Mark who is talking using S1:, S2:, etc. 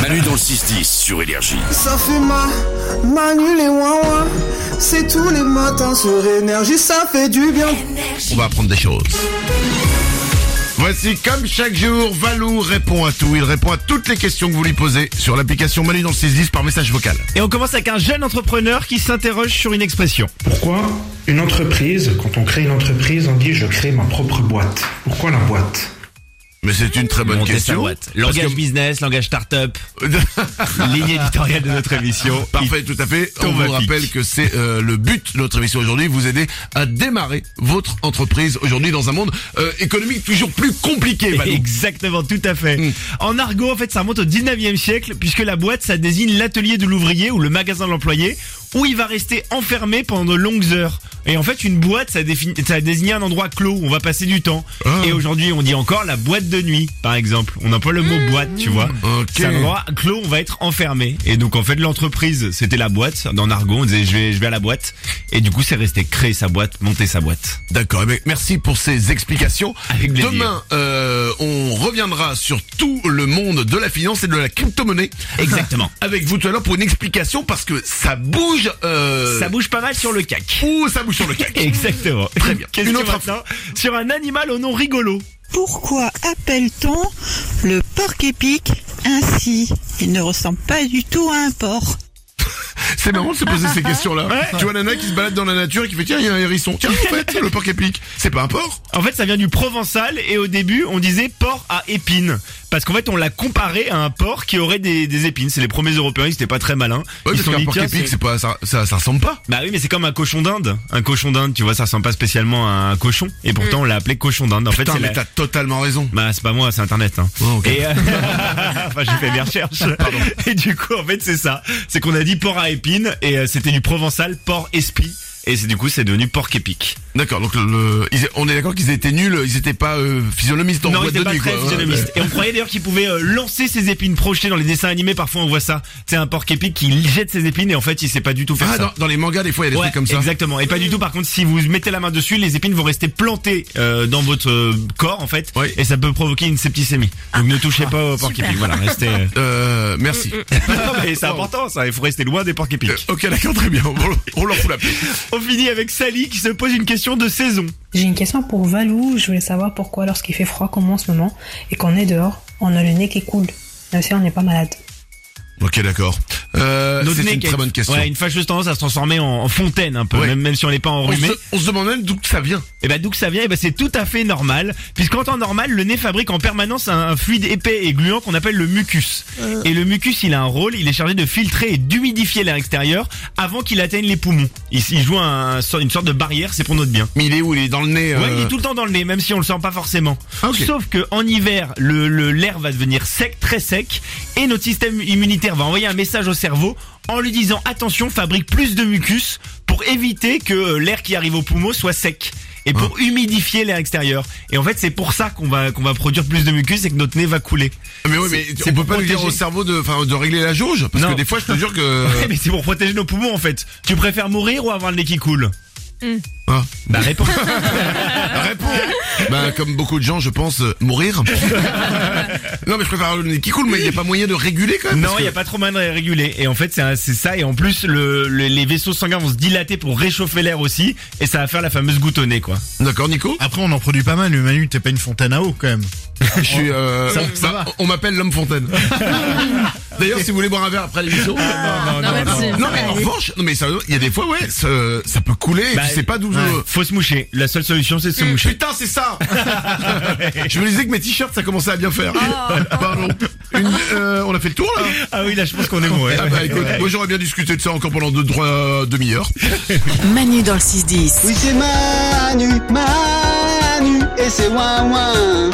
S1: Manu dans le 6-10 sur Énergie.
S2: Ça fait mal, Manu les ouin C'est tous les matins sur énergie, ça fait du bien.
S3: On va apprendre des choses. Voici comme chaque jour, Valou répond à tout. Il répond à toutes les questions que vous lui posez sur l'application Manu dans le 610 par message vocal.
S4: Et on commence avec un jeune entrepreneur qui s'interroge sur une expression.
S5: Pourquoi une entreprise, quand on crée une entreprise, on dit je crée ma propre boîte Pourquoi la boîte
S3: Mais c'est une très bonne
S4: Monter sa
S3: question.
S4: boîte. Langage
S3: Parce
S4: business, langage start-up, ligne éditoriale de notre émission.
S3: Parfait, tout à fait. On
S4: Thomas
S3: vous
S4: Pic.
S3: rappelle que c'est euh, le but de notre émission aujourd'hui, vous aider à démarrer votre entreprise aujourd'hui dans un monde euh, économique toujours plus compliqué. Valou.
S4: Exactement, tout à fait.
S3: Hmm.
S4: En argot, en fait, ça remonte au 19e siècle, puisque la boîte, ça désigne l'atelier de l'ouvrier ou le magasin de l'employé, où il va rester enfermé pendant de longues heures. Et en fait, une boîte, ça, définit, ça désigne un endroit clos où on va passer du temps.
S3: Ah.
S4: Et aujourd'hui, on dit encore la boîte de nuit, par exemple. On emploie le mot boîte, tu vois.
S3: Ok.
S4: C'est un endroit clos, on va être enfermé. Et donc, en fait, l'entreprise, c'était la boîte. Dans argot, on disait je vais, je vais à la boîte. Et du coup, c'est resté créer sa boîte, monter sa boîte.
S3: D'accord, eh bien, merci pour ces explications.
S4: Avec plaisir.
S3: Demain, euh, on reviendra sur tout le monde de la finance et de la crypto-monnaie.
S4: Exactement.
S3: Avec vous tout à l'heure pour une explication parce que ça bouge. Euh...
S4: Ça bouge pas mal sur le CAC.
S3: Ouh, ça bouge sur le cac.
S4: Exactement.
S3: Très bien.
S4: Question
S3: Une autre
S4: maintenant sur un animal au nom rigolo.
S6: Pourquoi appelle-t-on le porc épic ainsi Il ne ressemble pas du tout à un porc.
S3: C'est marrant de se poser ces questions-là.
S4: Ouais.
S3: Tu vois Nana qui se balade dans la nature et qui fait tiens il y a un hérisson. Tiens en fait le porc épique. C'est pas un porc.
S4: En fait, ça vient du provençal et au début, on disait porc à épines. Parce qu'en fait, on l'a comparé à un porc qui aurait des, des épines. C'est les premiers Européens, ils étaient pas très malins.
S3: Ouais,
S4: ils
S3: parce
S4: se sont
S3: qu'un
S4: dit,
S3: porc
S4: tiens,
S3: épique
S4: c'est-
S3: c'est pas ça, ça ça ressemble pas.
S4: Bah oui, mais c'est comme un cochon d'Inde. Un cochon d'Inde, tu vois, ça ressemble pas spécialement à un cochon. Et pourtant, on l'a appelé cochon d'Inde. En fait,
S3: Mm. Putain
S4: c'est
S3: mais
S4: la-
S3: t'as totalement raison.
S4: Bah c'est pas moi, c'est internet. Hein.
S3: Oh, ok.
S4: Et euh, enfin j'ai fait mes recherches. Et du coup en fait c'est ça, c'est qu'on a dit porc à épines et euh, c'était du provençal porc espi et c'est du coup c'est devenu porc épique.
S3: D'accord donc le, le- ils- on est d'accord qu'ils étaient nuls. Ils étaient pas euh, physionomistes en
S4: non,
S3: boîte
S4: c'était
S3: de
S4: pas
S3: nuit.
S4: très
S3: quoi. hein.
S4: physionomiste. Et on croyait d'ailleurs qu'il pouvait euh, lancer ses épines projetées dans les dessins animés. Parfois on voit ça. C'est un porc épique qui jette ses épines et en fait il sait pas du tout faire
S3: Ah
S4: ça.
S3: dans, dans les mangas des fois il y a des
S4: Ouais,
S3: trucs comme ça.
S4: Exactement. Et pas du tout. Par contre, si vous mettez la main dessus, les épines vont rester plantées euh, dans votre euh, corps en fait,
S3: Oui.
S4: et ça peut provoquer une septicémie. Donc ne
S3: Ah,
S4: touchez pas au porc épique. Voilà, restez. euh,
S3: Euh, merci.
S4: Non, mais c'est important ça, il faut rester loin des porcs
S3: Euh,
S4: épiques.
S3: ok d'accord très bien. On- On leur fout la paix.
S4: On finit avec Sally qui se pose une question de saison.
S7: J'ai une question pour Valou. Je voulais savoir pourquoi, lorsqu'il fait froid comme en ce moment et qu'on est dehors, on a le nez qui coule, même si on n'est pas malade.
S3: Ok d'accord. Euh,
S4: Notre
S3: c'est
S4: nez
S3: une
S4: qui a
S3: très bonne question.
S4: Ouais, une fâcheuse tendance à se transformer en, en fontaine un peu,
S3: Ouais.
S4: même, même si on n'est pas
S3: on,
S4: enrhumé.
S3: se, on se demande même d'où que ça vient.
S4: Et ben d'où que ça vient, et ben c'est tout à fait normal, puisqu'en temps normal, le nez fabrique en permanence un, un fluide épais et gluant qu'on appelle le mucus. Et le mucus, il a un rôle, il est chargé de filtrer et d'humidifier l'air extérieur avant qu'il atteigne les poumons. Il, il joue un- une sorte de barrière, c'est pour notre bien.
S3: Mais il est où Il est dans le nez.
S4: Ouais,
S3: euh,
S4: il est tout le temps dans le nez, même si on le sent pas forcément.
S3: Ah, ok.
S4: Sauf que en hiver, le le- l'air va devenir sec, très sec, et notre système immunitaire va envoyer un message au cerveau en lui disant attention, fabrique plus de mucus pour éviter que euh, l'air qui arrive aux poumons soit sec et pour
S3: Ah.
S4: humidifier l'air extérieur. Et en fait, c'est pour ça qu'on va qu'on va produire plus de mucus et que notre nez va couler.
S3: Mais oui, mais
S4: C'est-
S3: on
S4: c'est
S3: peut
S4: pour
S3: pas lui dire
S4: protéger.
S3: au cerveau de, enfin, de régler la jauge, parce
S4: Non.
S3: que des fois, je te jure que.
S4: Ouais, mais c'est pour protéger nos poumons en fait. Tu préfères mourir ou avoir le nez qui coule
S3: Ah.
S4: Bah réponds.
S3: Réponds. Bah, comme beaucoup de gens, je pense euh, mourir. non, mais je préfère le nez qui coule, mais il n'y a pas moyen de réguler quand même.
S4: Non,
S3: parce
S4: il
S3: que-
S4: n'y a pas trop moyen de ré- réguler. Et en fait, c'est un- c'est ça. Et en plus, le, le- les vaisseaux sanguins vont se dilater pour réchauffer l'air aussi. Et ça va faire la fameuse goutonnée, quoi.
S3: D'accord, Nico.
S8: Après, on en produit pas mal. Le Manu, t'es pas une fontaine à eau quand même.
S3: Je suis. euh,
S8: Ça- ça
S3: bah,
S8: va.
S3: On m'appelle l'homme fontaine. D'ailleurs, si vous voulez boire un verre après l'émission.
S9: non, merci.
S3: Non, mais en revanche, non mais sérieux, il y a des fois, ouais, ça, ça peut couler. et
S4: Bah,
S3: tu sais pas d'où.
S4: ouais.
S3: euh,
S4: Faut se moucher. La seule solution, c'est de se moucher.
S3: Putain, c'est ça Je me disais que mes t-shirts, ça commençait à bien faire. Pardon. Une- euh, on a fait le tour là
S4: Ah oui, là, je pense qu'on est bon. ouais.
S3: Ah bah écoute, moi j'aurais bien discuté de ça encore pendant deux, trois euh, demi-heures.
S6: Manu dans le 6-10.
S2: Oui, c'est Manu, Manu, et c'est ouin ouin.